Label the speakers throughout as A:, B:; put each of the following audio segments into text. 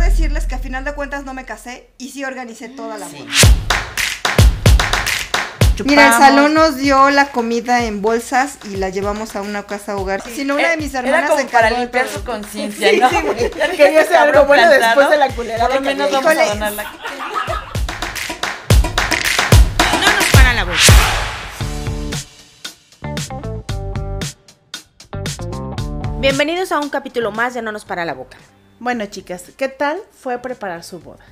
A: decirles que a final de cuentas no me casé y sí organicé toda la boda. Mira, el
B: Chupamos.
A: salón nos dio la comida en bolsas y la llevamos a una casa hogar. Si no, una de mis
B: Eh, Era
A: hermanas
B: como
A: se encargó
B: para
A: de
B: limpiar
A: todo.
B: su conciencia, ¿no?
C: sí, güey.
B: Ya que
C: Quería
B: este
C: hacer algo
B: cabrón
C: bueno
B: plantado,
C: después de la culerada
B: Por lo
C: que
B: menos
C: había.
B: vamos a
A: Híjole.
B: donar la
C: No nos para la boca.
D: Bienvenidos a un capítulo más de No nos para la boca.
C: Bueno, chicas, ¿qué tal fue preparar su boda?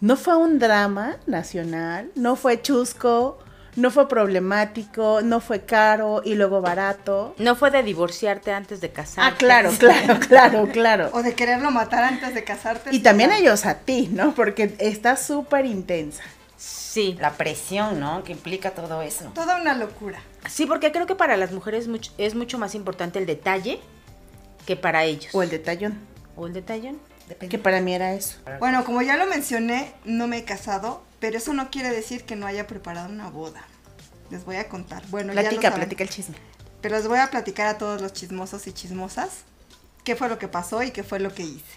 C: No fue un drama nacional, no fue chusco, no fue problemático, no fue caro y luego barato.
D: No fue de divorciarte antes de casarte.
C: Ah, claro, claro, claro, claro.
A: O de quererlo matar antes de casarte.
C: Y también ellos a ti, ¿no? Porque está súper intensa.
D: Sí.
B: La presión, ¿no? Que implica todo eso.
A: Toda una locura.
D: Sí, porque creo que para las mujeres much- es mucho más importante el detalle que para ellos.
C: O el detallón,
D: ¿O el detallón.
C: que para mí era eso.
A: Bueno, como ya lo mencioné, no me he casado, pero eso no quiere decir que no haya preparado una boda. Les voy a contar. Bueno, ya lo
C: Platica,
A: saben.
C: platica el chisme.
A: Pero les voy a platicar a todos los chismosos y chismosas qué fue lo que pasó y qué fue lo que hice.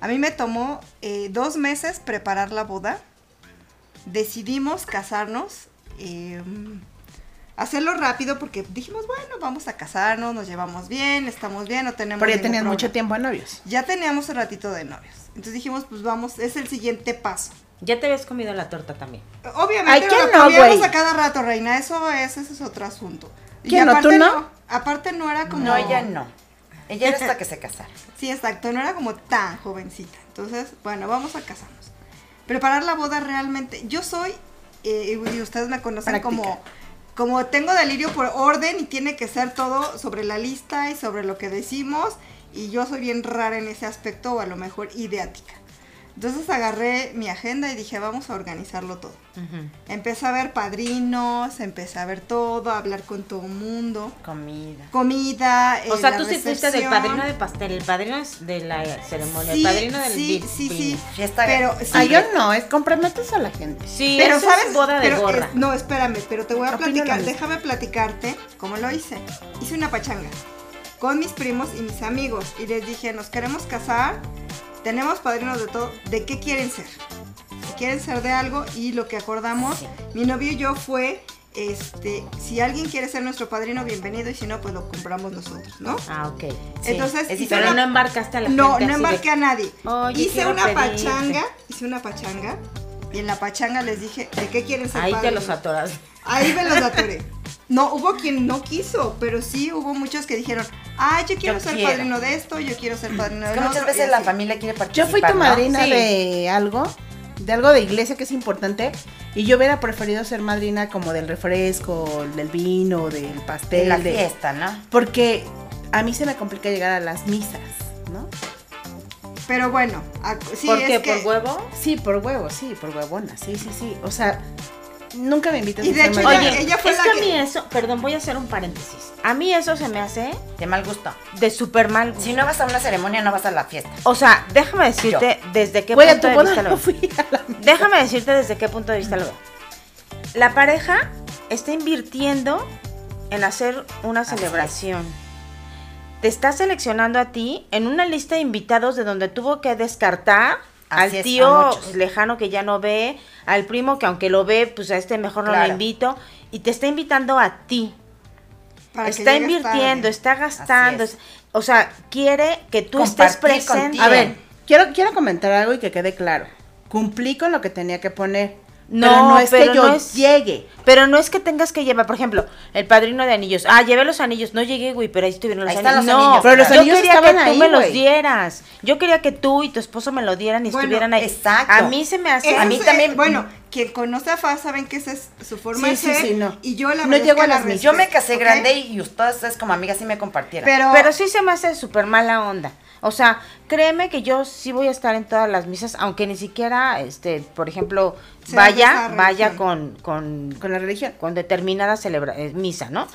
A: A mí me tomó eh, dos meses preparar la boda. Decidimos casarnos. eh, hacerlo rápido porque dijimos, bueno, vamos a casarnos, nos llevamos bien, estamos bien, no tenemos...
C: Pero ya
A: ningún
C: tenían
A: problema.
C: mucho tiempo a novios.
A: Ya teníamos un ratito de novios. Entonces dijimos, pues vamos, es el siguiente paso.
D: Ya te habías comido la torta también.
C: Ay,
A: Obviamente
C: ¿quién
A: lo
C: no,
A: cambiamos
C: güey?
A: a cada rato, reina. Eso es, ese es otro asunto. Y
C: ¿Quién no?
A: aparte
C: ¿Tú no?
A: Aparte no era como...
B: No, ella no. Ella era hasta que se casara.
A: Sí, exacto, no era como tan jovencita. Entonces, bueno, vamos a casarnos. Preparar la boda realmente. Yo soy, eh, y ustedes me conocen
C: Práctica.
A: como, como tengo delirio por orden y tiene que ser todo sobre la lista y sobre lo que decimos. Y yo soy bien rara en ese aspecto, o a lo mejor ideática. Entonces agarré mi agenda y dije, vamos a organizarlo todo. Empecé a ver padrinos, empecé a ver todo, a hablar con todo el mundo.
B: Comida.
A: Comida,
D: O
A: eh,
D: sea,
A: la
D: tú sí fuiste del
A: recepción.
D: padrino de pastel, el padrino es de la ceremonia, el padrino del
A: sí,
D: vin-
A: sí,
D: vin-
A: sí.
B: Fiesta
A: pero,
B: grande.
A: sí,
C: Ah, yo no, es comprometes a la gente.
D: Sí,
A: pero
D: eso
A: sabes,
D: es boda de
A: pero,
D: gorra.
A: es- no, espérame, pero te voy a
C: Opino lo
A: platicar,
C: mismo.
A: déjame platicarte cómo lo hice. Hice una pachanga con mis primos y mis amigos y les dije, nos queremos casar, tenemos padrinos de todo, ¿de qué quieren ser? Si quieren ser de algo y lo que acordamos,
B: Sí.
A: mi novio y yo fue, este, si alguien quiere ser nuestro padrino, bienvenido y si no, pues lo compramos nosotros, ¿no?
D: Ah, ok.
B: Sí,
A: Entonces,
B: es
A: hice
B: diferente.
D: Pero
A: una-
D: no embarcaste a la
A: no,
D: gente
A: no
D: así de-
A: embarqué a nadie.
D: Oye,
A: hice
D: quiero
A: una
D: pedirte.
A: pachanga, hice una pachanga y en la pachanga les dije, ¿de qué quieren ser
D: Ahí te
A: padres?
D: los atoras.
A: Ahí me los atoré. No, hubo quien no quiso, pero sí hubo muchos que dijeron, ah, yo quiero
B: Yo
A: ser
B: quiero.
A: padrino de esto, yo quiero ser padrino de
B: Es que
A: otro.
B: muchas
A: y
B: veces
A: así.
B: la familia quiere
C: Yo
B: participar.
C: fui tu
B: ¿no?
C: madrina
D: Sí.
C: de algo, de algo de iglesia que es importante, y yo hubiera preferido ser madrina como del refresco, del vino, del pastel,
B: de la
C: de-
B: fiesta, ¿no?
C: porque a mí se me complica llegar a las misas, ¿no?
A: Pero bueno, a- sí,
D: ¿Por
A: es
D: qué?
A: que-
D: ¿Por huevo?
C: Sí, por huevo, sí, por huevona, sí, sí, sí. O sea, nunca me invitas
A: Y
C: a
A: de
C: ser
A: hecho,
C: madrina.
A: ella-
D: Oye,
A: ella fue
D: es
A: la
D: que a
A: que-
D: mí eso, perdón, voy a hacer un paréntesis. A mí eso se me hace
B: De mal gusto.
D: de súper mal gusto.
B: Si no vas a una ceremonia, no vas a la fiesta.
D: O sea, déjame decirte desde qué
C: Güey, a
D: punto
C: tu
D: de
C: boda
D: vista lo
C: no
D: veo.
C: fui a la
D: Déjame decirte desde qué punto de vista lo veo. La pareja está invirtiendo en hacer una
B: Así es.
D: celebración. Te está seleccionando a ti en una lista de invitados de donde tuvo que descartar
B: Así
D: al
B: es, a
D: tío
B: muchos.
D: lejano que ya no ve, al primo que aunque lo ve, pues a este mejor no
B: Claro.
D: lo invito. Y te está invitando a ti.
A: para que
D: está
A: llegues
D: invirtiendo,
A: tarde.
D: está gastando.
B: es.
D: O sea, quiere que tú estés
B: Compartir
D: presente.
B: contigo.
C: A ver, quiero, quiero comentar algo y que quede claro. Cumplí con lo que tenía que poner.
D: No,
C: pero no es
D: pero
C: que yo
D: no es-
C: llegue.
D: Pero no es que tengas que llevar, por ejemplo, el padrino de anillos. Ah, llevé los anillos. No llegué, güey, pero ahí estuvieron los
B: Ahí están
D: anillos.
B: los
D: no,
B: anillos,
C: Pero los
D: yo
C: anillos
D: quería que
C: estaban
D: tú
C: ahí,
D: me los
C: güey.
D: dieras. Yo quería que tú y tu esposo me lo dieran y
A: Bueno,
D: estuvieran ahí.
B: exacto.
D: A mí se me hace.
A: Esa
B: A mí
A: es, eh,
B: también-
A: Bueno, quien conoce a Fa saben que esa es su forma
C: Sí,
A: de
C: sí,
A: ser.
C: sí, no.
A: Y yo la
C: No
A: verdad es
C: llego
A: que
C: a
A: la
C: las misas.
B: Yo me casé
A: ¿ok?
B: grande y ustedes como amigas sí me compartieron.
A: Pero,
D: Pero sí se me hace súper mala onda. O sea, créeme que yo sí voy a estar en todas las misas, aunque ni siquiera, este, por ejemplo,
A: Sea de esa
D: vaya,
A: religión.
D: vaya con, con,
C: Con la religión.
D: con determinada celebra eh, misa, ¿no?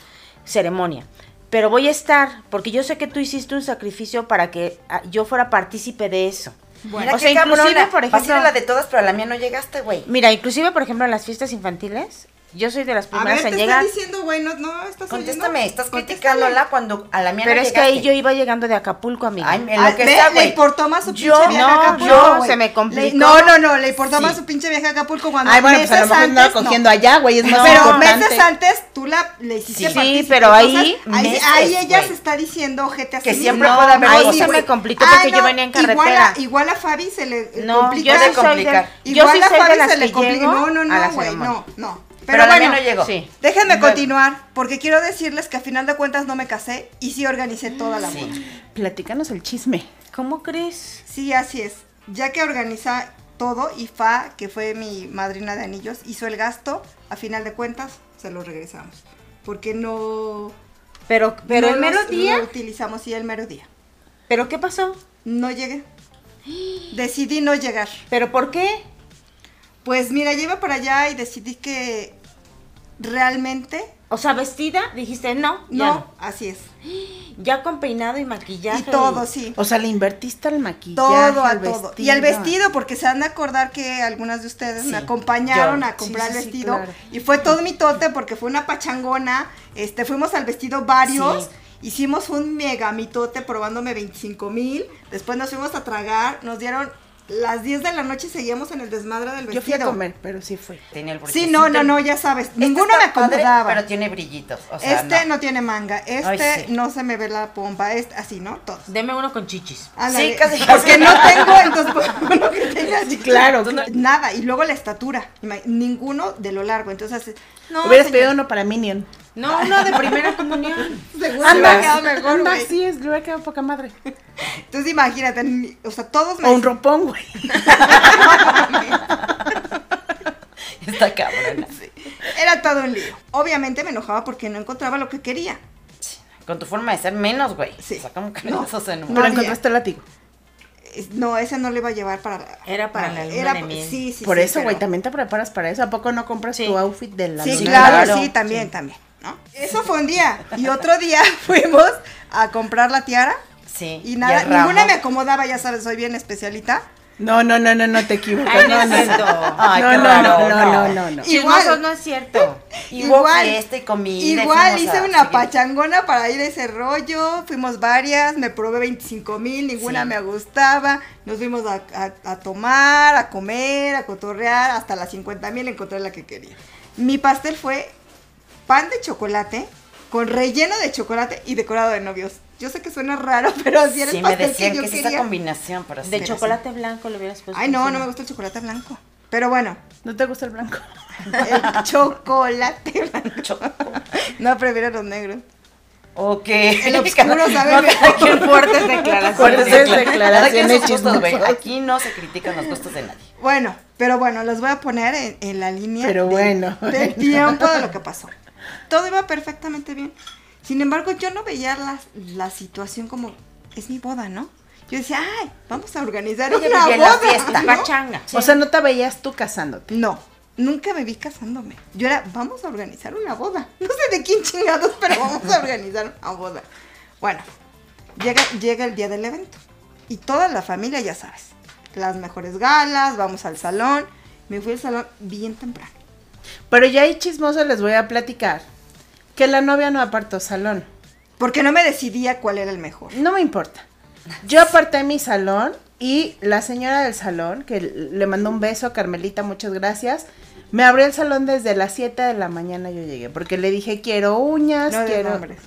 D: Ceremonia. Pero voy a estar, porque yo sé que tú hiciste un sacrificio para que ah, yo fuera partícipe de eso.
B: Mira
D: o sea,
B: qué cabrona.
D: inclusive, por
B: Vas a ir a
D: ejemplo,
B: la de todas, pero a la mía no llegaste, güey.
D: mira, inclusive, por ejemplo, en las fiestas infantiles, Yo soy de las
A: A ver,
D: primeras
A: te
D: en llegar.
A: estoy diciendo, güey, no, no estás oyendo.
B: Contéstame, estás
A: Contéstame.
B: criticándola cuando a la mía no
D: Pero es que ahí yo
B: llegaste.
D: iba llegando de Acapulco, amiga.
B: Ay, me-
A: Ah,
B: lo que
A: ve,
B: sea,
A: le
B: güey.
A: importó más su
D: Yo-
A: pinche viaje a
D: no,
A: Acapulco.
D: yo,
A: güey.
D: se me complicó.
A: Le- no, no, no, le importó
D: Sí.
A: más su pinche viaje a Acapulco cuando
C: Ay, bueno, pues a lo
A: meses
C: mejor andaba
A: antes.
C: cogiendo
A: no.
C: allá, güey, es más
A: pero
C: importante.
A: meses antes tú la le hiciste
D: Sí,
A: partícipe,
D: pero ahí
A: entonces, ahí,
B: meses,
A: ahí ella
B: güey.
A: se está diciendo ojete a
B: Que
A: sí
B: siempre
A: misma.
B: puede haber
A: Ay,
B: dos,
A: sí,
B: güey.
A: güey.
D: me complicó
A: Ah,
D: porque yo venía en
A: Igual
D: carretera.
A: a, igual a Fabi se le eh,
D: No,
A: complica.
D: yo
B: se
D: sí soy de,
B: complica.
D: yo
A: igual
D: sí
A: a
D: soy
A: Fabi
D: de las
A: se le
D: que
A: complica.
D: llego
A: No, no,
D: a la
A: no, güey,
D: ceremonia.
A: no, no.
B: Pero
A: Pero
B: a la mía
A: bueno,
B: no llegó.
D: Sí.
A: déjenme
B: Bueno.
A: continuar porque quiero decirles que a final de cuentas no me casé y sí organicé toda la
B: Sí.
A: boda.
C: Platícanos el chisme.
D: ¿Cómo crees?
A: Sí, así es. Ya que organiza todo y Fa, que fue mi madrina de anillos, hizo el gasto, a final de cuentas se lo regresamos. Porque no...
D: Pero, pero
A: no
D: el mero
A: los-
D: día,
A: No lo utilizamos, sí, el mero día.
D: ¿pero qué pasó?
A: No llegué. Decidí no llegar.
D: ¿Pero por qué?
A: Pues mira, yo iba para allá y decidí que realmente...
D: O sea, vestida, dijiste no, ya
A: No, así es.
D: no. Ya con peinado y maquillaje.
A: y todo, sí.
C: O sea, le invertiste al maquillaje,
A: todo
C: al
A: a
C: vestido.
A: todo. Y al vestido, porque se han de acordar que algunas de ustedes
D: Sí,
A: me acompañaron
D: yo.
A: a comprar
C: Sí, sí,
A: el
C: sí,
A: vestido.
C: claro.
A: Y fue todo mi tote porque fue una pachangona. Este, fuimos al vestido varios.
D: Sí.
A: Hicimos un mega mitote probándome 25 mil. Después nos fuimos a tragar. Nos dieron las 10 de la noche y seguíamos en el desmadre del vestido.
C: Yo fui a comer, pero sí fui.
B: Tenía el
A: Sí, no, no, no, ya sabes. ninguno me acomodaba.
B: acordaba. Este Pero tiene brillitos. O sea,
A: este
B: no.
A: no. tiene manga. Este
B: sí.
A: no se me ve la pompa. Este, así, ¿no? Todos.
D: Deme uno con chichis.
A: Ándale.
B: Sí, casi,
A: Porque
B: casi.
A: no tengo, entonces, pues, bueno, que tenga así.
C: claro,
A: Tú no- Nada, y luego la estatura. ima- Ninguno de lo largo. Entonces, no.
C: Hubieras
A: señor,
C: pedido uno para Minion.
D: No, uno de primera comunión.
A: seguro me hubiera
C: Anda,
A: quedado mejor,
C: anda,
A: güey.
C: sí, es, le hubiera quedado poca madre.
A: Entonces, imagínate, ni- o sea, todos me.
C: O un ropón, güey.
B: Está cabrona.
A: Era todo un lío. Obviamente me enojaba porque no encontraba lo que quería.
B: Con tu forma de ser menos, güey.
A: Sí.
B: O sea, ¿cómo que
A: No.
B: eso se
A: No
C: Pero
A: había.
C: encontraste el látigo.
A: Es- No, ese no le iba a llevar para.
D: Era para la luna
A: era-
D: de miel.
A: Sí, sí.
C: Por
A: sí,
C: eso,
A: pero-
C: güey, también te preparas para eso. ¿A poco no compras
D: Sí.
C: tu outfit de la
A: Sí,
C: luna?
A: claro,
D: Claro,
A: sí, también, también. ¿no? Eso fue un día. Y otro día fuimos a comprar la tiara.
B: Sí.
A: Y nada,
B: el
A: ninguna
B: ramo.
A: me acomodaba, ya sabes, soy bien especialita.
C: No, no, no, no, no te equivocas.
D: Ay,
C: No,
D: no
C: no,
D: es
C: no.
D: cierto.
B: Ay,
C: No,
B: qué
C: no,
B: raro,
C: no, no, no,
A: Igual.
C: no.
D: Chismosos no es cierto.
B: Y hubo fiesta y comida. y
A: Igual
B: fuimos
A: hice
B: a
A: una
B: seguir-
A: pachangona para ir a ese rollo. Fuimos varias, me probé 25 mil, ninguna
B: Sí.
A: me gustaba. Nos fuimos a, a- a tomar, a comer, a cotorrear. Hasta las 50 mil encontré la que quería. Mi pastel fue pan de chocolate con relleno de chocolate y decorado de novios. Yo sé que suena raro, pero así era
B: Sí,
A: el
B: me
A: pastel
B: decían
A: que
B: que,
A: yo
B: es esa
A: quería.
B: combinación, pero sí,
D: De
B: sí.
D: chocolate blanco le hubieras puesto.
A: Ay, no, no
D: encima.
A: me gusta el chocolate blanco. Pero bueno,
C: ¿No te gusta el blanco?
A: el chocolate blanco. No, prefiero los negros.
B: Ok.
A: El oscuro sabe
B: No,
A: mejor.
B: cada quien fuertes declaraciones.
C: Fuertes
B: Cada quien
C: declaraciones
B: sus gustos, güey.
C: chismosas.
B: Aquí no se critican los gustos de nadie.
A: Bueno, pero bueno, los voy a poner en, en la línea
C: Pero
A: del-
C: bueno.
A: del tiempo de lo que pasó. Todo iba perfectamente bien. Sin embargo, yo no veía la, la situación como es mi boda, ¿no? Yo decía, ay, vamos a organizar
D: pues,
B: Ella
A: una
B: vivía
A: boda.
B: en la fiesta.
A: ¿no?
D: Pachanga.
C: O sea, no te veías tú casándote.
A: No, nunca me vi casándome. Yo era, vamos a organizar una boda. No sé de quién chingados, pero vamos a organizar una boda. Bueno, llega, llega el día del evento. Y toda la familia, ya sabes, las mejores galas, vamos al salón. Me fui al salón bien temprano.
C: Pero ya ahí chismoso les voy a platicar que la novia no apartó salón.
A: Porque no me decidía cuál era el mejor.
C: No me importa. Yo aparté mi salón y la señora del salón, que le mandó un beso, Carmelita, muchas gracias, me abrió el salón desde las 7 de la mañana yo llegué, porque le dije, quiero uñas,
A: No de
C: quiero...
A: nombres.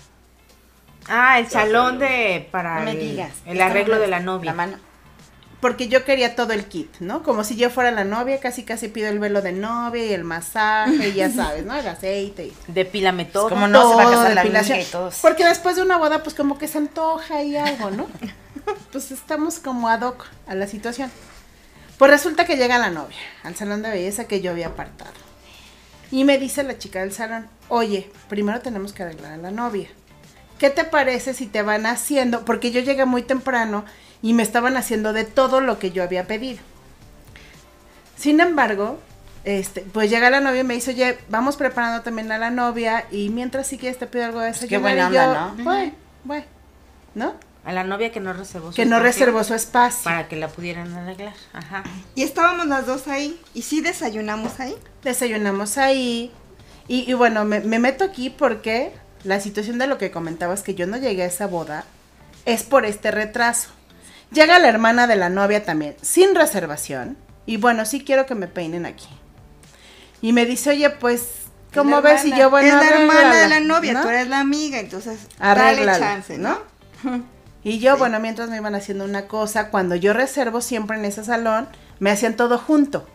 D: Ah, el salón de. para
B: No me
D: el-
B: digas.
D: El arreglo de la
B: La
D: novia.
B: mano.
C: porque yo quería todo el kit, ¿no? Como si yo fuera la novia, casi casi pido el velo de novia y el masaje, y ya sabes, ¿no? El aceite y...
D: Depílame todo.
B: como no se va a
C: todo,
B: casar la
C: depilación.
B: amiga y todos.
C: Porque después de una boda, pues como que se antoja y algo, ¿no? pues estamos como ad hoc a la situación. Pues resulta que llega la novia al salón de belleza que yo había apartado. Y me dice la chica del salón, oye, primero tenemos que arreglar a la novia. ¿Qué te parece si te van haciendo? Porque yo llegué muy temprano y me estaban haciendo de todo lo que yo había pedido. Sin embargo, este, pues llega la novia y me dice, oye, vamos preparando también a la novia y mientras si quieres te pido algo de
B: Pues qué
C: desayunar.
B: buena
C: y yo,
B: onda, ¿no?
C: "Bueno, bueno", ¿no?
D: A la novia que no reservó su
C: Que no
D: espacio
C: reservó su espacio.
D: Para que la pudieran arreglar. Ajá.
A: Y estábamos las dos ahí. Y sí desayunamos ahí.
C: Desayunamos ahí. Y, y bueno, me, me meto aquí porque la situación de lo que comentabas que yo no llegué a esa boda es por este retraso. Llega la hermana de la novia también, sin reservación. Y bueno, sí quiero que me peinen aquí. Y me dice, oye, pues, ¿cómo
A: La
C: ves? Y
A: hermana.
C: yo, bueno,
A: Es la hermana de la
C: arréglala,
A: novia,
C: ¿no?
A: tú eres la amiga, entonces
C: Arréglala,
A: dale chance, ¿no?
C: Y yo, bueno, mientras me iban haciendo una cosa, cuando yo reservo siempre en ese salón, me hacían todo junto.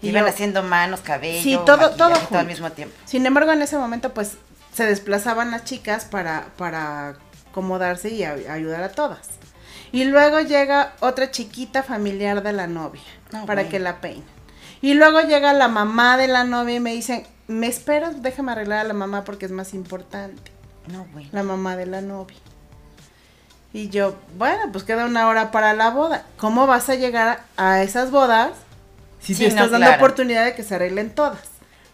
C: Y
B: Iban
C: yo-
B: haciendo manos, cabello,
C: Sí, todo-
B: maquillaje,
C: todo
B: todo al
C: junto.
B: mismo tiempo.
C: Sin embargo, en ese momento, pues, se desplazaban las chicas para, para acomodarse y a- ayudar a todas. Y luego llega otra chiquita familiar de la novia
B: Ah,
C: para
B: bueno.
C: que la peinen. Y luego llega la mamá de la novia y me dicen, me esperas, déjame arreglar a la mamá porque es más importante.
B: No, bueno.
C: la mamá de la novia. Y yo, bueno, pues queda una hora para la boda. ¿Cómo vas a llegar a esas bodas si
B: Sí,
C: te
B: no,
C: estás dando
B: claro.
C: oportunidad de que se arreglen todas?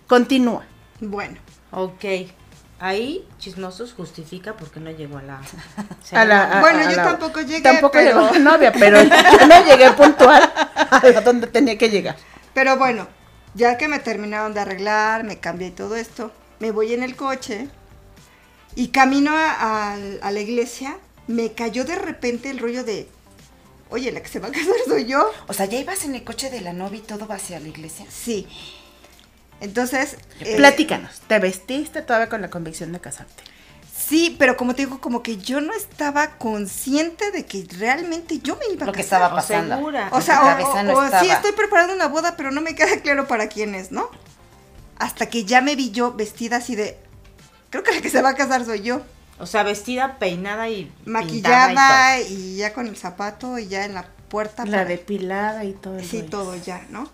C: Continúa.
A: Bueno,
D: Ok. Ahí Chismosos justifica porque no llegó a la...
C: A la- a-
A: Bueno,
C: a
A: yo
C: la-
A: tampoco llegué,
C: Tampoco
A: pero-
C: llegó la novia, pero yo no llegué puntual a donde tenía que llegar.
A: pero bueno, ya que me terminaron de arreglar, me cambié y todo esto, me voy en el coche y camino a, al- a la iglesia, me cayó de repente el rollo de, oye, la que se va a casar soy yo.
B: O sea, ya ibas en el coche de la novia y todo va hacia la iglesia.
A: Sí. Entonces, eh,
C: Platícanos, ¿te vestiste todavía con la convicción de casarte?
A: sí, pero como te digo, como que yo no estaba consciente de que realmente yo me iba a
B: Lo que
A: casar.
B: estaba pasando.
D: segura.
A: O
B: En
A: sea,
B: tu
A: o-
B: cabeza no
A: o- o sí
B: estaba.
A: estoy preparando una boda, pero no me queda claro para quién es, ¿no? Hasta que ya me vi yo vestida así de. Creo que la que se va a casar soy yo.
D: O sea, vestida, peinada y pintada
A: Maquillada y, ya con el zapato y ya en la puerta.
C: La
A: para-
C: depilada y todo. el
A: Sí,
C: rollo.
A: todo ya, ¿no?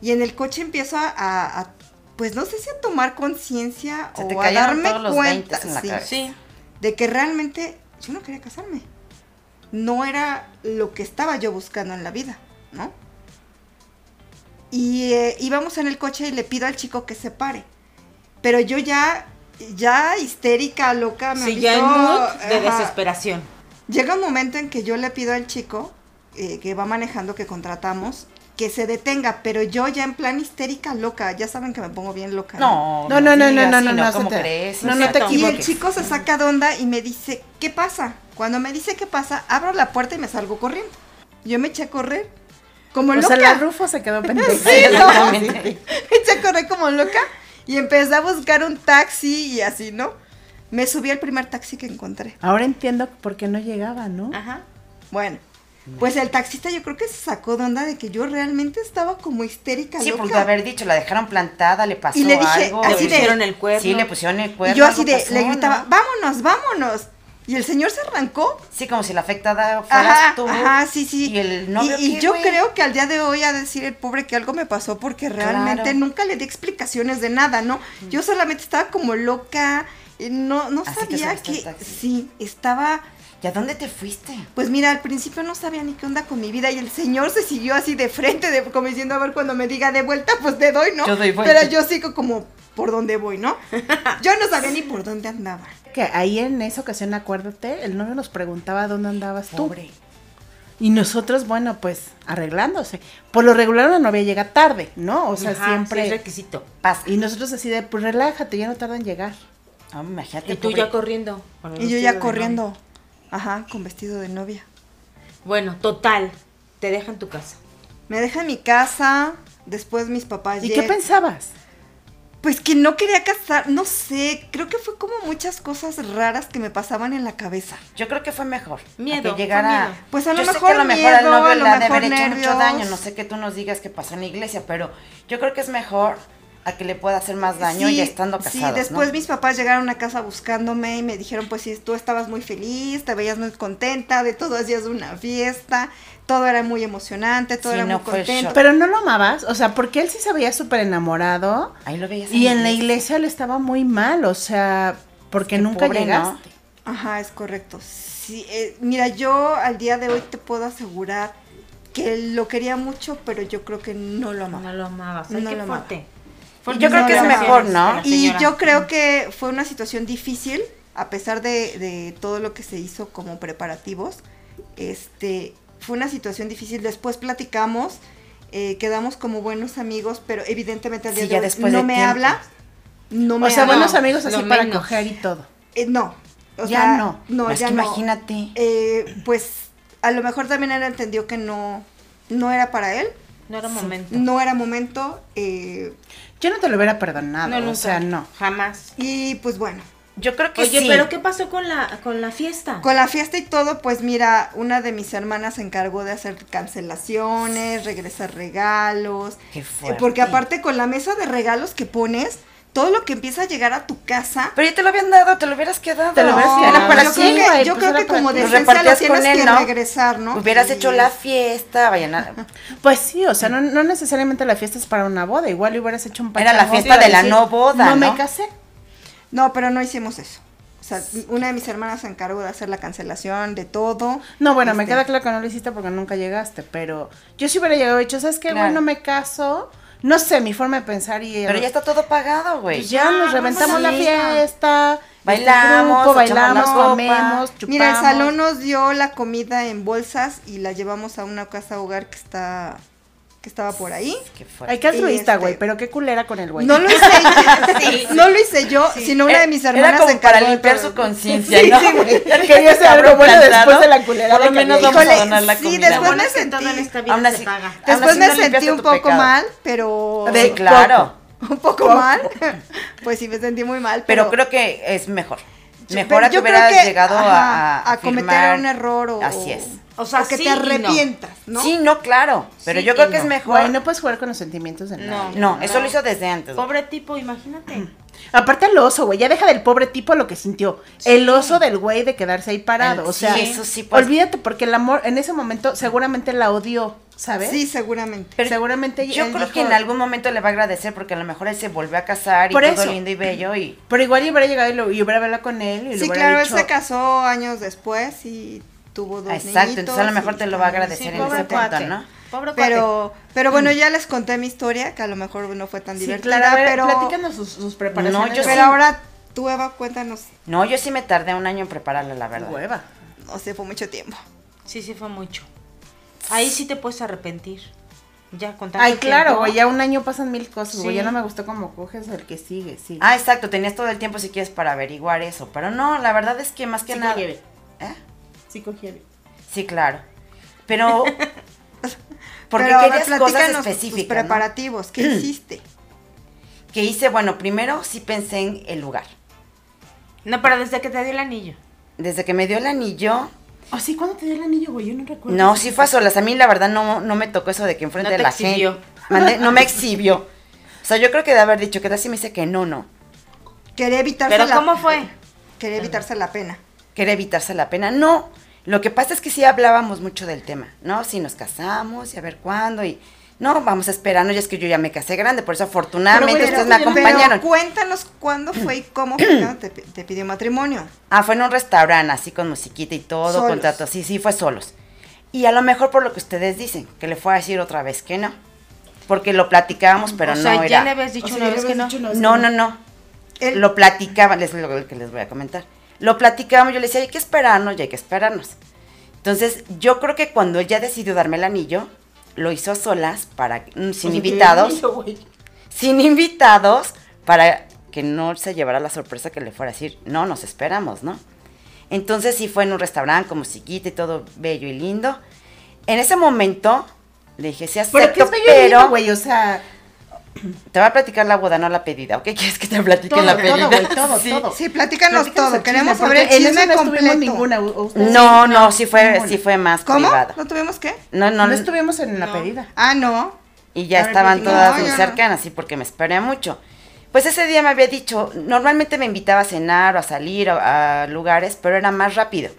A: Y en el coche empiezo a. a- a- pues no sé si a tomar conciencia
B: Se te
A: o a
B: cayeron
A: darme
B: todos los
A: cuenta
B: 20 en la
A: sí,
D: y todo.
B: cabeza.
D: Sí.
A: de que realmente yo no quería casarme. No era lo que estaba yo buscando en la vida, ¿no? Y eh, íbamos en el coche y le pido al chico que se pare. Pero yo ya, ya histérica, loca, me
D: Sí, ya en
A: avisó,
D: mood de
A: ajá.
D: desesperación.
A: Llega un momento en que yo le pido al chico eh, que va manejando, que contratamos, que se detenga, pero yo ya en plan histérica, loca, ya saben que me pongo bien loca.
B: No,
C: No, no, no, no,
B: digas,
C: no,
B: sí,
C: no, no,
B: ¿Cómo
C: se te-
B: crees?
C: no,
B: O
C: no
B: sea,
C: te
B: ¿cómo
A: Y el
C: equivoques.
A: chico se saca de onda y me dice, ¿qué pasa? Cuando me dice qué pasa, abro la puerta y me salgo corriendo. Yo me eché a correr como
C: O
A: loca.
C: sea, la Rufo se quedó pendiente.
A: Sí, no,
B: Exactamente.
A: me eché a correr como loca y empecé a buscar un taxi y así, ¿no? Me subí al primer taxi que encontré.
C: Ahora entiendo por qué no llegaba, ¿no?
D: Ajá.
A: Bueno, pues el taxista yo creo que se sacó de onda de que yo realmente estaba como histérica
B: Sí,
A: loca.
B: porque pues, haber dicho, la dejaron plantada, le pasó
A: Y le dije,
B: algo.
A: así
B: le
A: de-
B: pusieron-
D: el cuerno.
B: Sí, le pusieron el
A: y
B: cuerno.
A: yo así de,
B: algo pasó,
A: le gritaba,
B: ¿no?
A: vámonos, vámonos. Y el señor se arrancó
B: Sí, como si la afectada fueras
A: Ajá,
B: tú.
A: ajá, sí, sí.
B: Y el novio,
A: Y- y
B: ¿qué,
A: yo
B: güey?
A: creo que al día de hoy a decir el pobre que algo me pasó porque realmente
B: Claro.
A: nunca le di explicaciones de nada, ¿no? Yo solamente estaba como loca, y no, no
B: Así te
A: sabía
B: subiste al
A: que
B: taxi.
A: sí, estaba,
B: ¿Y a dónde te fuiste?
A: pues mira, al principio no sabía ni qué onda con mi vida y el señor se siguió así de frente, de, como diciendo, a ver, cuando me diga de vuelta, pues te doy, ¿no?
B: Yo doy vuelta.
A: Pero yo sigo como por dónde voy, ¿no? Yo no sabía ni por dónde andaba.
C: Que ahí en esa ocasión, acuérdate, el novio nos preguntaba dónde andabas tú.
B: Pobre.
C: Y nosotros, bueno, pues arreglándose. Por lo regular la novia llega tarde, ¿no? O sea,
D: Ajá, sí, es
C: siempre.
D: requisito.
B: Pasa.
C: Y nosotros así de, pues relájate, ya no tarda en llegar.
B: Ah, imagínate.
D: Y tú
B: pobre.
D: ya corriendo. con el
A: Y yo
D: vestido
A: ya
D: de
A: corriendo, ajá, con vestido de novia.
D: novia. Bueno, total. Te deja en tu casa.
A: Me deja en mi casa, después mis papás
C: ¿Y
A: lleg-
C: qué pensabas?
A: Pues que no quería casar, no sé, creo que fue como muchas cosas raras que me pasaban en la cabeza.
B: Yo creo que fue mejor. a
D: Miedo,
B: Que llegara.
D: fue miedo.
A: Pues a lo
B: Yo sé
A: mejor
B: que a lo mejor al
A: miedo,
B: novio
A: a
B: le
A: lo
B: ha de haber
A: mejor
B: hecho mucho
A: nervios.
B: daño. No sé que tú nos digas que pasó en la iglesia, pero yo creo que es mejor a que le pueda hacer más daño
A: Sí,
B: ya estando casados.
A: Sí, después
B: ¿no?
A: mis papás llegaron a casa buscándome y me dijeron, pues sí, tú estabas muy feliz, te veías muy contenta, de todo hacías una fiesta, todo era muy emocionante, todo
B: Sí,
A: era
B: no,
A: muy
B: fue el
A: contento.
B: shock.
C: Pero no lo amabas, o sea, porque él sí se veía súper enamorado.
B: Ahí lo veías.
C: Y en la iglesia le estaba muy mal, o sea, porque
B: Qué
C: nunca
B: pobre, ¿no?
C: llegaste.
A: Ajá, es correcto. Sí, eh, mira, yo al día de hoy te puedo asegurar que lo quería mucho, pero yo creo que no lo amaba.
D: No lo amabas. Ay,
A: No
D: qué
A: lo amaba.
D: fuerte.
B: Y yo creo que es
A: No, no, no.
B: mejor, ¿no?
D: Espera.
A: Y
D: señora.
A: yo creo que fue una situación difícil, a pesar de, de todo lo que se hizo como preparativos. Este, fue una situación difícil. Después platicamos, eh, quedamos como buenos amigos, pero evidentemente al día
B: Sí,
A: de
B: ya
A: hoy
B: después
A: no
B: de
A: me
B: tiempo.
A: habla. No me
C: o sea,
A: hagan-
C: buenos amigos así
E: lo
C: para
E: menos.
C: coger y todo.
A: Eh, no. O
C: Ya
A: sea,
C: no.
A: No,
B: Es
A: ya
B: que
A: no.
B: imagínate.
A: Eh, pues a lo mejor también él entendió que no, no era para él.
D: No era momento.
A: No era momento. eh,
C: Yo no te lo hubiera perdonado,
E: No,
C: o
E: nunca.
C: sea, no.
D: Jamás.
A: y pues bueno.
B: Yo creo que
D: Oye,
B: sí.
D: pero ¿qué pasó con la, con la fiesta?
A: Con la fiesta y todo, pues mira, una de mis hermanas se encargó de hacer cancelaciones, regresar regalos.
B: Qué
A: Eh,
B: fuerte.
A: Porque aparte con la mesa de regalos que pones, todo lo que empieza a llegar a tu casa.
B: Pero ya te lo habían dado, te lo hubieras quedado.
C: Te lo hubieras
A: No,
C: quedado.
B: Era para
A: yo
B: ti.
A: creo que,
C: güey,
A: yo
C: pues
A: creo
C: era
A: que
C: para
A: como
C: ti.
B: Lo
A: decencia lo
B: repartías
A: tienes
B: con él,
A: que
B: ¿no?
A: regresar, ¿no?
B: Hubieras
A: Y-
B: hecho la fiesta, vayan a...
C: Pues sí, o sea, no, no necesariamente la fiesta es para una boda, igual hubieras hecho un
B: Era la
C: pachangón
B: fiesta
C: para
B: de la
C: decir,
B: no boda,
C: No me
B: ¿no?
C: casé.
A: No, pero no hicimos eso. O sea, una de mis hermanas se encargó de hacer la cancelación de todo.
C: No, bueno, me
A: Este,
C: queda claro que no lo hiciste porque nunca llegaste, pero yo sí hubiera llegado y dicho, ¿sabes qué?
B: Claro.
C: Bueno, no me caso. No sé, mi forma de pensar y...
B: Pero ya está todo pagado, güey.
C: Pues ya nos
D: Ya,
C: reventamos
D: vamos
C: la
D: a-
C: fiesta,
B: Bailamos,
C: bailamos, grupo,
B: echamos la
C: bailamos,
B: copa.
C: comemos, chupamos.
A: Mira, el salón nos dio la comida en bolsas y la llevamos a una casa hogar que está que estaba por ahí.
B: Qué fuerte.
C: Ay, qué altruista,
A: Este-
C: güey, pero qué culera con el güey.
A: No lo hice yo, no lo hice yo, sino una de mis
B: Eh, Era
A: hermanas
B: como
A: se encargó
B: para
A: de
B: limpiar
A: todo.
B: su conciencia, ¿no?
C: Quería hacer algo bueno después de la culerada
B: Por lo
C: que
B: menos
C: había
B: vamos
A: hecho.
B: a donar la
A: Sí,
B: comida.
A: después
B: Bueno,
A: me
D: es que
A: sentí-
D: todo en esta vida
B: aún
D: se
B: así-
D: paga.
B: Aún
A: Después
B: así no
A: me
B: limpiaste
A: sentí un
B: tu
A: poco
B: pecado.
A: mal, pero
B: Sí, claro.
A: un poco mal. Pues sí me sentí muy mal,
B: Pero
A: pero,
B: creo que es mejor.
A: yo-
B: Mejor
A: pero
B: a que
A: yo creo
B: hubieras
A: que,
B: llegado a-
A: ajá,
B: a,
A: a cometer
B: firmar.
A: un error o
B: Así es.
A: o,
D: O sea,
A: que
D: sí y
A: te
D: no.
A: arrepientas, ¿no?
B: Sí, no, claro. Pero
D: Sí
B: yo creo
D: y
B: que es
D: no.
B: mejor.
C: Güey, no puedes jugar con los sentimientos de
D: No.
C: nadie.
B: No, eso
D: No.
B: lo hizo desde antes. güey.
D: Pobre tipo, imagínate.
C: Aparte el oso, güey, ya deja del pobre tipo lo que sintió. El oso del güey de quedarse ahí parado,
B: El-
C: o sea,
B: sí, eso sí, pues.
C: olvídate porque el amor en ese momento seguramente la odió, ¿sabes?
A: Sí, seguramente.
B: Pero
C: seguramente
B: Yo
C: él
B: creo
C: dijo-
B: que en algún momento le va a agradecer porque a lo mejor él se volvió a casar y
C: Por
B: todo
C: eso.
B: lindo y bello y
C: Pero igual yo hubiera llegado y, lo- y hubiera hablado con él y le
A: Sí,
C: hubiera
A: claro,
C: dicho,
A: él se casó años después y tuvo dos
B: exacto, entonces a lo
A: niñitos
B: mejor
A: y
B: te lo va a
A: todo.
B: agradecer
D: Sí,
B: en
D: pobre
B: ese punto,
D: cuate.
B: ¿no?
D: Pobre cuate.
A: Pero, pero
B: Mm.
A: bueno, ya les conté mi historia, que a lo mejor no fue tan
C: Sí,
A: divertida,
C: Clara, a ver,
A: pero,
C: platícanos sus, sus preparaciones.
B: No, yo sí.
C: de
A: pero ahora tú, Eva, cuéntanos,
B: No, yo sí me tardé un año en prepararla, la verdad.
C: hueva.
A: no sé, fue mucho tiempo.
D: Sí, sí, fue mucho. Ahí sí te puedes arrepentir. Ya, con tanto
C: Ay, claro,
D: tiempo.
C: güey, ya un año pasan mil cosas, güey,
D: Sí.
C: ya no me gustó cómo coges el que sigue, sí.
B: Ah, exacto, tenías todo el tiempo si quieres para averiguar eso, pero no, la verdad es que más que
C: Sí
B: nada...
C: cogí bien.
B: ¿Eh?
C: Sí, cogí el-
B: Sí, claro. Pero... Porque
A: pero a ver,
B: querías cosas
A: platícanos pues, tus
B: específicas, ¿no?
A: preparativos, ¿qué hiciste?
B: Que hice, bueno, primero sí pensé en el lugar.
D: No, pero desde que te dio el anillo.
B: Desde que me dio el anillo...
C: Ah, sí, ¿cuándo te dio el anillo, güey? Yo no recuerdo.
B: No, sí fue a solas. A mí la verdad no, no me tocó eso de que enfrente
D: No
B: de
D: te
B: la
D: exhibió.
B: gente... Mandé- no me exhibió. O sea, yo creo que de haber dicho que así me dice que no, no.
A: Quería evitarse,
D: Pero
A: la,
D: ¿cómo fue?
A: quería evitarse la pena.
B: quería evitarse la pena. No, lo que pasa es que sí hablábamos mucho del tema, ¿no? Si nos casamos y a ver cuándo y... No, vamos a esperar, no, ya es que yo ya me casé grande, por eso afortunadamente
C: Pero, güey,
B: ustedes me
C: pero-
B: acompañaron.
A: Pero cuéntanos cuándo fue y cómo fue cuando te, te pidió matrimonio.
B: Ah, fue en un restaurante, así con musiquita y todo,
A: Solos.
B: contrato, sí, sí, fue solos. Y a lo mejor por lo que ustedes dicen, que le fue a decir otra vez que no. Porque lo platicábamos, pero
D: o
B: no
D: sea,
B: era...
D: ya le habías dicho
C: O sea,
D: una
C: ya
D: vez
C: le
D: que
C: habías
D: no.
C: dicho una-
B: No, no, no.
A: Él-
B: Lo platicaban, es lo que les voy a comentar. Lo platicábamos, yo le decía, hay que esperarnos, y hay que esperarnos. Entonces, yo creo que cuando él ya decidió darme el anillo, lo hizo a solas, para, mm, sin invitados, sin invitados, para que no se llevara la sorpresa que le fuera a decir, no, nos esperamos, ¿no? Entonces sí fue en un restaurante con musiquita y todo bello y lindo. En ese momento le dije, sí acepto,
C: Pero
B: pero,
C: qué es bello, güey, o sea,
B: te va a platicar la boda, no la pedida, ¿ok? ¿Quieres que te platique
C: Todo,
B: la
C: todo,
B: pedida?
C: güey, todo, todo.
A: Sí, platícanos,
C: platícanos
A: todo,
C: el
A: queremos
C: chisme,
A: saber el
C: porque en
A: chisme
C: eso no
A: completo.
C: estuvimos ninguna. u- ustedes
B: No,
C: sí,
B: no, sí fue,
C: ninguna.
B: sí fue más
A: ¿Cómo?
B: privado.
A: ¿No tuvimos qué?
B: No, no,
C: No estuvimos en la pedida.
A: Ah, no.
B: y ya
A: A ver,
B: estaban
A: platícanos.
B: todas
A: No,
B: muy
A: yo no.
B: cercanas, sí, porque me esperé mucho. Pues ese día me había dicho, normalmente me invitaba a cenar o a salir o a lugares, pero era más rápido.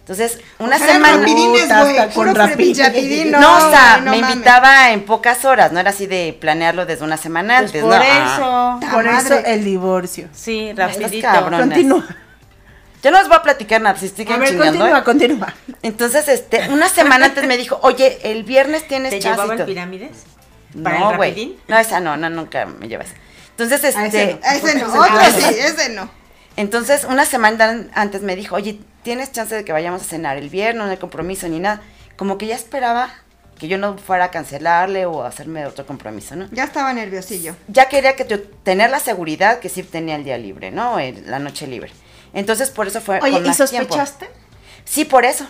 B: Entonces, una
A: Eran
B: semana...
A: rapidines,
C: Puta,
A: güey,
C: hasta con
A: puro
C: rapidines.
A: rapidín,
B: No, o sea,
A: güey, no
B: me
A: mames.
B: invitaba en pocas horas, no era así de planearlo desde una semana
D: Pues
B: antes,
D: por
B: ¿no? Ah.
D: eso.
A: Ta
C: Por
A: madre.
C: eso el divorcio.
D: Sí,
B: Estás
D: rapidito.
B: cabrón. Cabronas.
C: Continúa.
B: Yo no les voy a platicar nada, si siguen
C: A ver,
B: chingando, ¿eh?
C: continúa, continúa.
B: Entonces, este, una semana antes me dijo, oye, el viernes tienes
D: ¿Te
B: chance y
D: llevaba el
B: todo".
D: pirámides? ¿Para
B: No,
D: el
B: güey.
D: rapidín?
B: No, esa no, no, nunca me llevas. Entonces,
C: A ese
B: este.
C: no.
A: Ese no,
C: Ah,
A: otro sí,
B: sí.
A: ese no.
B: Entonces, una semana an- antes me dijo, oye, ¿tienes chance de que vayamos a cenar el viernes? No hay compromiso ni nada. Como que ya esperaba que yo no fuera a cancelarle o a hacerme otro compromiso, ¿no?
A: Ya estaba nerviosillo.
B: ya quería que tu- tener la seguridad que sí tenía el día libre, ¿no? El- la noche libre. Entonces por eso fue.
C: Oye,
B: con
C: ¿y
B: más tiempo.
C: sospechaste?
B: Sí, por eso.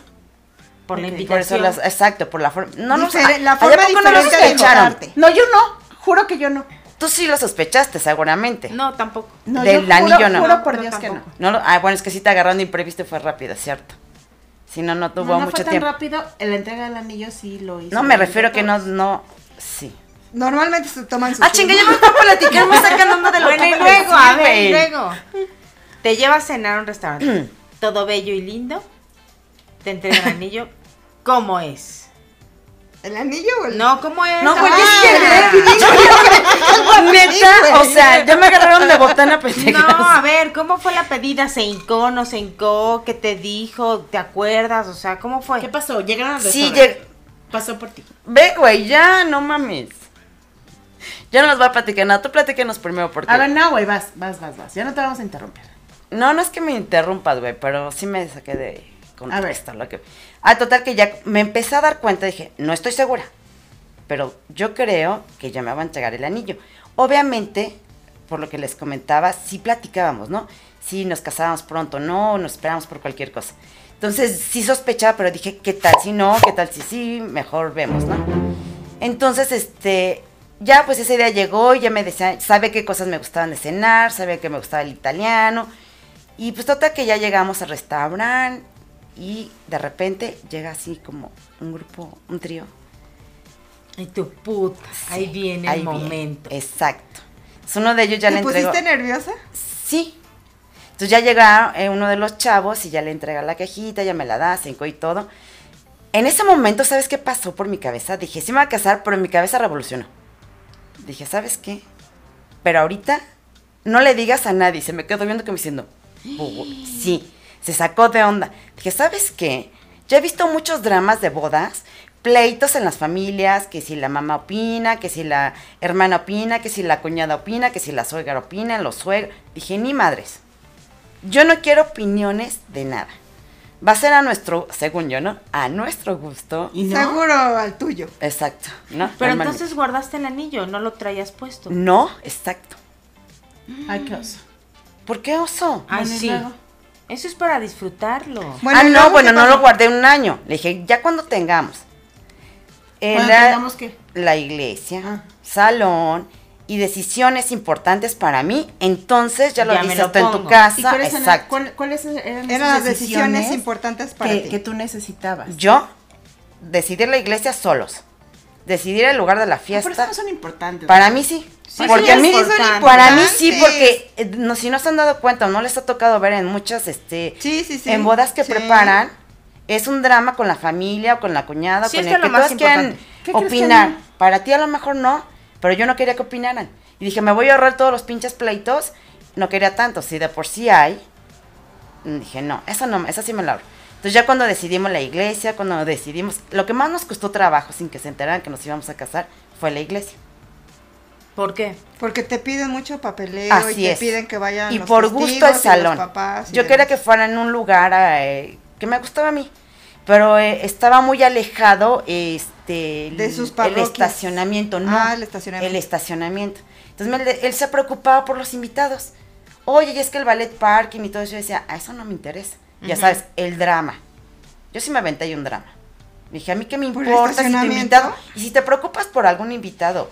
D: Por
B: Por
D: la
B: eso
D: invitación.
B: las, eh. exacto, por la forma. No, no,
A: Difere- la
B: ¿a
A: forma
B: poco no lo
A: diferente de
B: sospecharon.
A: notarte.
C: No, yo no. Juro que yo no.
B: Tú sí lo sospechaste, seguramente.
D: No, tampoco.
C: No,
B: Del
C: yo juro,
B: anillo no.
C: Juro por
D: No,
C: Dios que no.
D: tampoco.
B: No lo- ah, bueno, es que sí te agarraron de imprevisto y fue rápido, ¿cierto? Si no, no tuvo
C: no, no
B: mucho
C: fue tan
B: tiempo.
C: rápido. La entrega del anillo sí lo hizo.
B: No, me refiero que no, no, sí.
A: Normalmente se toman su
B: Ah, chinga, ya me voy a platicar, me sacan onda de lo
D: Bueno,
B: que
D: y
B: acabo de
D: luego, a
B: decir,
D: ver, y
B: güey.
D: luego. Te lleva a cenar a un restaurante. Todo bello y lindo. Te entrega el anillo. ¿Cómo es?
A: ¿El anillo o el
D: No, ¿cómo es?
B: No, güey,
D: Ah,
B: es que Neta, o sea, ya me agarraron de botana pendeja.
D: No, a ver, ¿cómo fue la pedida? ¿Se hincó, no se hincó? ¿Qué te dijo? ¿Te acuerdas? O sea, ¿cómo fue?
C: ¿Qué pasó? Llegaron al
B: Sí,
C: restaurante. Pasó por ti.
B: Ve, güey, ya, no mames. Ya no nos va a platicar nada, tú platíquenos primero porque...
C: A ver, no, güey, vas, vas, vas, vas. Ya no te vamos a interrumpir.
B: No, no es que me interrumpas, güey, pero sí me saqué de
C: A ver.
B: contestar lo que... Ah, total que ya me empecé a dar cuenta, dije, no estoy segura, pero yo creo que ya me va a entregar el anillo. Obviamente, por lo que les comentaba, sí platicábamos, ¿no? Sí, nos casábamos pronto, no, nos esperábamos por cualquier cosa. Entonces, sí sospechaba, pero dije, ¿qué tal si no? ¿Qué tal si sí? Mejor vemos, ¿no? Entonces, este, ya pues ese día llegó y ya me decía, sabe qué cosas me gustaban de cenar, sabe que me gustaba el italiano. Y pues total que ya llegamos al restaurante y de repente llega así como un grupo, un trío.
D: Ay, tu puta. ahí
B: Sí,
D: viene
B: ahí Eh,
D: el momento.
B: Exacto. Entonces, uno de ellos ya
A: ¿Te
B: le entregó.
A: pusiste nerviosa?
B: Sí. Entonces ya llega eh, uno de los chavos y ya le entrega la cajita, ya me la da, cinco y todo. En ese momento, ¿sabes qué pasó por mi cabeza? Dije, sí me voy a casar, pero mi cabeza revolucionó. Dije, ¿sabes qué? Pero ahorita no le digas a nadie. Se me quedó viendo que me diciendo, "Bu- sí, se sacó de onda. Dije, ¿sabes qué? Ya he visto muchos dramas de bodas, pleitos en las familias, que si la mamá opina, que si la hermana opina, que si la cuñada opina, que si la suegra opina, los suegros. Dije, ni madres. Yo no quiero opiniones de nada. Va a ser a nuestro, según yo, ¿no? A nuestro gusto.
C: ¿Y no?
A: Seguro al tuyo.
B: Exacto, ¿no?
D: Pero
B: Normalmente.
D: entonces guardaste el anillo, no lo traías puesto.
B: No, exacto.
C: Ay, qué oso.
B: ¿Por qué oso?
D: Ay,
C: Bueno, y
D: sí.
C: luego.
D: Eso es para disfrutarlo.
B: ah,
A: ¿y
B: no,
A: luego
B: bueno,
A: qué
B: no lo
A: pasó?
B: guardé un año. Le dije, ya cuando tengamos.
C: Bueno,
B: Era
C: tengamos que.
B: la iglesia,
C: Ah.
B: salón y decisiones importantes para mí. Entonces ya lo
D: Ya me
B: dices
D: lo
B: tú en tu
D: pongo.
C: ¿Y
B: casa.
C: cuáles eran,
B: Exacto.
C: cuál- cuáles eran
A: Eran
C: esas
A: las decisiones
C: decisiones
A: importantes para
C: que,
A: ti.
C: que tú necesitabas?
B: Yo decidir la iglesia solos. Decidir el lugar de la
C: Pero esas
B: fiesta.
C: no son importantes.
B: Para mí sí.
D: Sí,
B: porque
D: sí,
B: a mí,
D: son importantes.
B: para mí sí,
A: Importantes.
B: porque eh, no, si no se han dado cuenta, no les ha tocado ver en muchas, este,
A: Sí, sí, sí.
B: en bodas que
A: Sí.
B: preparan, es un drama con la familia o con la cuñada,
D: Sí,
B: con
D: esto
B: el
D: es lo
B: que
D: más
B: todos quieran
D: importante.
C: ¿Qué crees que
B: opinar.
C: no?
B: Para ti a lo mejor no, pero yo no quería que opinaran. Y dije, me voy a ahorrar todos los pinches pleitos, no quería tanto, si de por sí hay. Y Dije, no, esa no, esa sí me la ahorro. Entonces ya cuando decidimos la iglesia, cuando decidimos, lo que más nos costó trabajo sin que se enteraran que nos íbamos a casar fue la iglesia.
D: ¿Por qué?
A: Porque te piden mucho papeleo
B: Así
A: y te
B: es.
A: piden que vayan
B: y
A: los
B: por
A: testigos
B: gusto
A: y
B: al
A: los
B: salón.
A: papás y
B: Yo quería
A: demás.
B: que fuera en un lugar eh, que me gustaba a mí, pero eh, estaba muy alejado este el-
A: De sus
B: el
A: parroquias.
B: estacionamiento, ¿no?
A: Ah, el estacionamiento.
B: El estacionamiento. Entonces me- él, se preocupaba por los invitados. Oye, y es que el ballet parking y todo eso, yo decía, a eso no me interesa. Ya sabes, el drama. Yo sí me aventé ahí un drama. Dije, a mí qué me
A: ¿Por el
B: importa si tu
A: estacionamiento?
B: invitado. Y si te preocupas por algún invitado,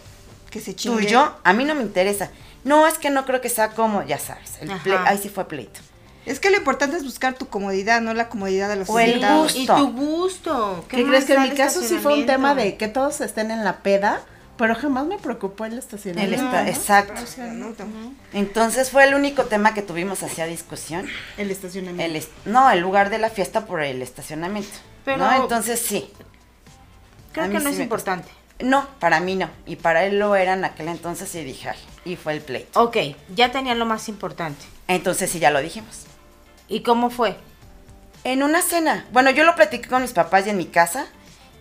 A: que se chingue.
B: tuyo, a mí no me interesa. No, es que no creo que sea como, ya sabes, el
D: Ajá.
B: ple- ahí sí fue pleito.
A: Es que lo importante es buscar tu comodidad, no la comodidad de los
B: O el
A: invitados.
B: gusto.
D: Y tu gusto.
C: ¿Qué crees
D: más
C: que en
D: da
C: mi
D: el
C: caso sí fue un tema de
D: estacionamiento?
C: que todos estén en la peda, pero jamás me preocupó el
B: El
C: estacionamiento?
B: esta-
C: ¿no?
B: exacto.
A: O sea, no, tampoco.
B: Entonces fue el único tema que tuvimos hacia discusión.
C: El estacionamiento.
B: El est- no, el lugar de la fiesta por el estacionamiento.
D: Pero-
B: ¿no? Entonces sí. A
D: Creo
B: mí
D: que
B: sí
D: no es
B: me
D: importante.
B: No, para mí no. Y para él lo era en aquel entonces y dije, ay, y fue el pleito.
D: Ok, ya tenía lo más importante.
B: Entonces sí, ya lo dijimos.
D: ¿Y cómo fue?
B: En una cena. Bueno, yo lo platiqué con mis papás y en mi casa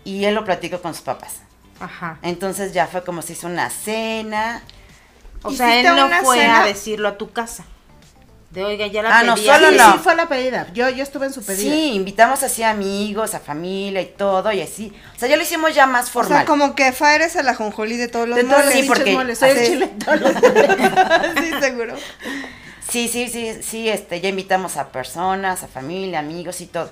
B: y él lo platicó con sus papás.
D: Ajá.
B: Entonces ya fue como se hizo una cena.
D: O
A: Hiciste
D: sea, él no
A: una
D: fue
A: cena-
D: a decirlo a tu casa. De oiga, ya la
B: Ah, no,
D: pedí,
B: solo
D: así".
C: sí,
B: no.
C: sí fue la pedida. Yo, yo estuve en su pedida.
B: Sí, invitamos así a amigos, a familia y todo, y así. O sea, ya lo hicimos ya más
A: O
B: formal.
A: sea, como que Fa eres el ajonjolí de todos los
B: De todos los
A: moles.
B: sí, porque-
C: moles, soy el
A: Sí.
C: chile de todos los
A: sí, seguro.
B: Sí, sí, sí, sí, este, ya invitamos a personas, a familia, amigos y todo.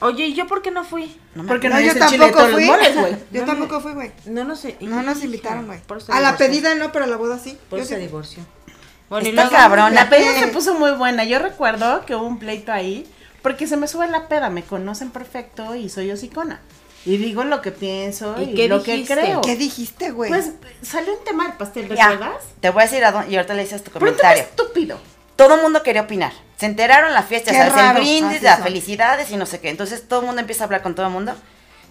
D: Oye, ¿y yo por qué no fui?
B: No me
C: Porque no,
A: No, yo
C: es el chile de
A: tampoco
C: todos los
A: fui.
C: moles, güey.
A: Yo tampoco fui, güey.
D: No nos, sé,
A: No nos
D: hija,
A: invitaron, güey.
D: por eso
A: A la
D: divorció.
A: pedida no, pero a la boda sí.
D: Por
A: Yo
D: eso se
A: sí.
D: divorció.
B: Está cabrón,
C: La
B: La
C: peda
A: pe-
C: se puso muy buena. Yo recuerdo que hubo un pleito ahí porque se me sube la peda. Me conocen perfecto y soy hocicona. Y digo lo que pienso y,
D: ¿Y qué
C: lo
D: dijiste?
C: que creo.
A: ¿Qué dijiste, güey?
C: Pues salió un tema del pastel,
B: Ya,
C: ¿recuerdas?
B: te voy a decir a dónde, y ahorita le dices tu
C: Pero un tema
B: comentario.
C: estúpido.
B: Todo el mundo quería opinar. Se enteraron la fiesta,
A: Qué
B: ¿sabes?
A: raro.
B: el brindis,
A: Así
B: las
A: son.
B: felicidades y no sé qué. Entonces todo el mundo empieza a hablar con todo el mundo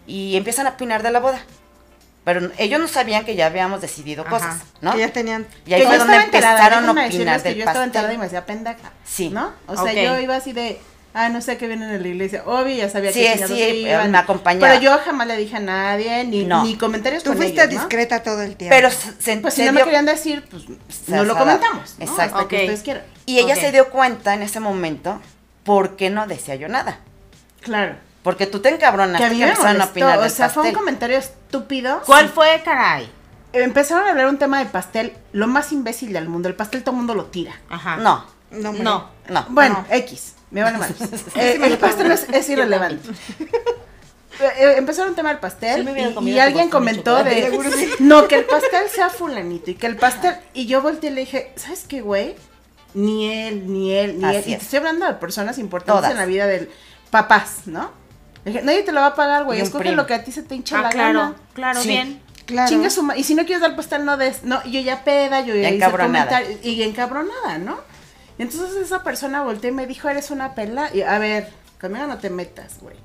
B: y empiezan a opinar de la boda. Pero n- ellos no sabían que ya habíamos decidido cosas,
A: Ajá.
B: ¿no? Pues
A: Que ya tenían.
B: Y ahí
C: que
B: fue
C: yo
B: donde
C: estaba enterada,
B: empezaron a
C: déjenme decirles
B: opinar
C: que
B: del
C: yo estaba enterada y
B: pastel.
C: me hacía pendeja.
B: Sí.
C: ¿No? O sea,
D: Ok.
C: yo iba así de, ah, no sé qué vienen en la iglesia. Obvio, ya sabía
B: Sí,
C: que
B: sí,
C: chingados
B: eh,
C: iban.
B: me acompañaba.
C: Pero yo jamás le dije a nadie, ni,
B: No.
C: ni comentarios
A: Tú
C: con
A: fuiste
C: ellos, ¿no?
A: discreta todo el tiempo.
B: Pero se, se-
C: Pues si
B: se
C: no me
B: dio-
C: querían decir, pues no lo
B: Sasada.
C: comentamos. ¿no?
B: Exacto.
C: Hasta
D: Ok.
C: que ustedes quieran.
B: Y ella
D: Ok.
B: se dio cuenta en ese momento por qué no decía yo nada.
C: Claro.
B: Porque tú te encabronas
C: Que a mí me
B: empezaron a
C: molestó.
B: opinar
C: O
B: del
C: sea, fue un
B: pastel.
C: comentario estúpido.
D: ¿Cuál
C: Sí.
D: fue, caray?
C: Empezaron a hablar un tema de pastel, lo más imbécil del mundo. El pastel todo el mundo lo tira.
D: Ajá.
B: No,
A: No, hombre.
D: No.
B: no.
C: Bueno, X, me vale mal. Eh, el pastel es, es irrelevante. Eh, eh, Empezaron un tema del pastel
D: Sí me
C: y-
D: hubiera
C: y,
D: comido tu
C: alguien
D: pastel de
C: comentó de,
A: Seguro sí.
C: no, que el pastel sea fulanito y que el pastel, y yo volteé y le dije, ¿sabes qué, güey? Ni él, ni él, ni él,
B: Así
C: y
B: es.
C: te estoy hablando de personas importantes
B: Todas.
C: en la vida del papás, ¿no? Le dije, nadie te lo va a pagar, güey,
B: Y un
C: escoge
B: primo.
C: lo que a ti se te hincha
D: Ah,
C: la
D: claro,
C: gana.
D: claro,
B: Sí.
D: bien.
A: Claro.
C: Chinga su ma- Y si no quieres dar pastel, no des. No, yo ya peda, yo ya,
B: Ya
C: hice el
B: encabronada.
C: comentario. Y encabronada, ¿no? Entonces esa persona volteó y me dijo, eres una pela. Y a ver, conmigo no te metas, güey.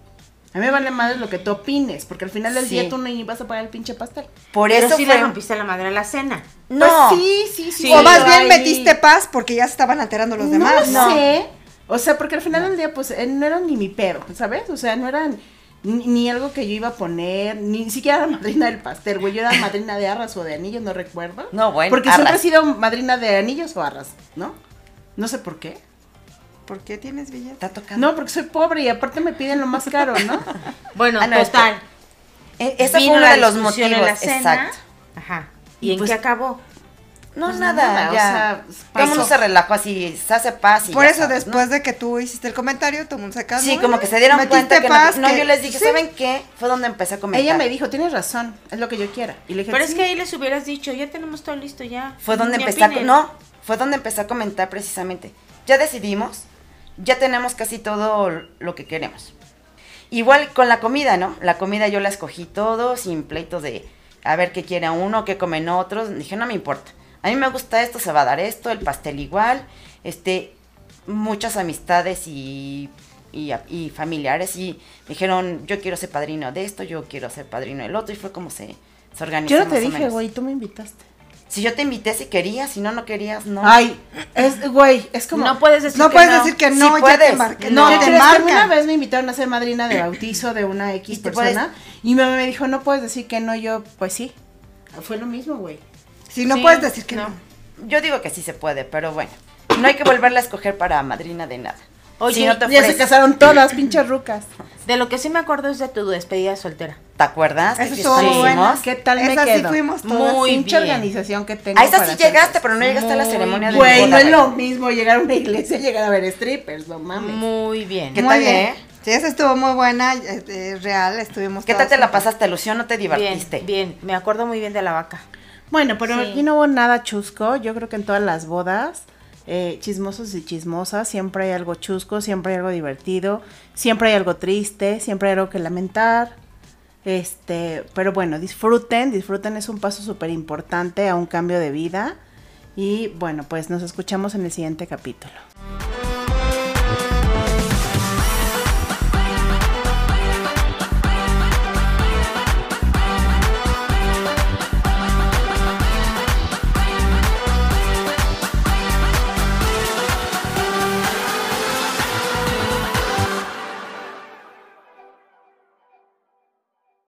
C: A mí me vale madre lo que tú opines, porque al final del
B: Sí.
C: día tú no ibas a pagar el pinche pastel.
B: Por
D: Pero
B: eso
D: sí
B: fue...
D: le rompiste la madre a la cena.
B: No,
C: Pues sí, sí, sí.
D: Sí.
A: o más bien
C: Ay,
A: metiste paz porque ya se estaban alterando los demás.
C: No, lo sé. O sea, porque al final del día, pues, eh, no eran ni mi perro, ¿sabes? O sea, no eran ni, ni algo que yo iba a poner, ni siquiera era madrina del pastel, güey. Yo era madrina de arras o de anillos, no recuerdo.
B: No, bueno,
C: Porque siempre he
B: arras.
C: sido madrina de anillos o arras, ¿no? No sé por qué.
A: ¿Por qué tienes billetes?
B: está tocando.
C: No, porque soy pobre y aparte me piden lo más caro, ¿no?
D: Bueno,
B: Ah, no,
D: total.
B: E- ese fue
D: vino
B: uno
D: la
B: de los
D: discusión
B: motivos,
D: en la cena.
B: exacto.
D: Ajá. ¿Y,
C: Y
D: en
C: pues-
D: qué acabó?
B: No,
C: Pues
B: nada,
C: nada, o sea,
B: ya. todo el mundo
C: pasó.
B: se relajó así, se hace paz y
A: Por
B: ya
A: eso
B: sabes, ¿no?
A: después de que tú hiciste el comentario, todo el mundo se calmó.
B: Sí, como que se dieron
A: Metiste
B: cuenta que no-
A: paz,
B: no,
A: que-
B: yo les dije,
A: Sí.
B: ¿saben qué? Fue donde empecé a comentar.
C: Ella me dijo, tienes razón, es lo que yo quiera. Y le dije,
D: Pero es
C: "Sí".
D: que ahí les hubieras dicho, ya tenemos todo listo, ya.
B: Fue donde
D: Ni
B: empecé a,
D: opinen.
B: no, fue donde empecé a comentar precisamente. Ya decidimos, ya tenemos casi todo lo que queremos. Igual con la comida, ¿no? La comida yo la escogí todo, sin pleitos de a ver qué quiere uno, qué comen otros. Dije, no me importa. A mí me gusta esto, se va a dar esto, el pastel igual. Este, muchas amistades y, y, a- y familiares y me dijeron, yo quiero ser padrino de esto, yo quiero ser padrino del otro. Y fue como se, se organizó.
C: Yo no te
B: más o
C: dije,
B: menos.
C: güey, tú me invitaste.
B: Si yo te invité si querías, si no, no querías, no.
C: Ay, es, güey, es como...
D: No puedes decir
A: No
D: que
A: puedes
D: no.
A: decir que
B: Sí
A: no, ya
B: puedes.
A: te marqué.
B: No,
A: No,
C: ¿Qué
A: te
C: crees? Que a mí una
A: marcan.
C: vez me invitaron a ser madrina de bautizo de una X
B: ¿Y te
C: persona y mi mamá me dijo, no puedes decir que no, yo, pues sí. Fue lo mismo, güey.
A: Si no
D: Sí,
A: puedes decir que
D: no.
A: no.
B: Yo digo que sí se puede, pero bueno. No hay que volverla a escoger para madrina de nada.
D: Oye,
B: si no te
C: Ya se
B: ofrece-
C: casaron todas las pinches rucas.
D: De lo que sí me acuerdo es de tu despedida soltera.
B: ¿Te acuerdas?
A: Eso
B: que
A: estuvo muy
B: hicimos?
A: bueno.
C: ¿Qué tal me
A: Esa sí
C: quedo?
A: fuimos todas,
D: Muy
C: pinche
D: bien.
C: organización que tengo.
B: A esa
C: para
B: sí
C: hacer
B: llegaste,
C: cosas.
B: pero no llegaste a la
D: Muy
B: ceremonia de
D: bien.
B: mi
C: Güey,
B: boda,
C: no es lo mismo llegar a una iglesia y llegar a ver strippers, no mames.
D: Muy bien.
B: ¿Qué
A: Muy
B: tal,
A: bien.
B: eh?
A: Sí, esa estuvo muy buena, eh, eh, real, estuvimos
B: ¿Qué tal
A: todas
B: te la
A: juntas.
B: pasaste, Lución? ¿No te divertiste?
D: Bien, bien. Me acuerdo muy bien de la vaca.
C: Bueno, pero
D: Sí.
C: aquí no hubo nada chusco. Yo creo que en todas las bodas, eh, chismosos y chismosas, siempre hay algo chusco, siempre hay algo divertido, siempre hay algo triste, siempre hay algo que lamentar. Este, pero bueno, disfruten, disfruten, es un paso súper importante a un cambio de vida. Y bueno, pues nos escuchamos en el siguiente capítulo.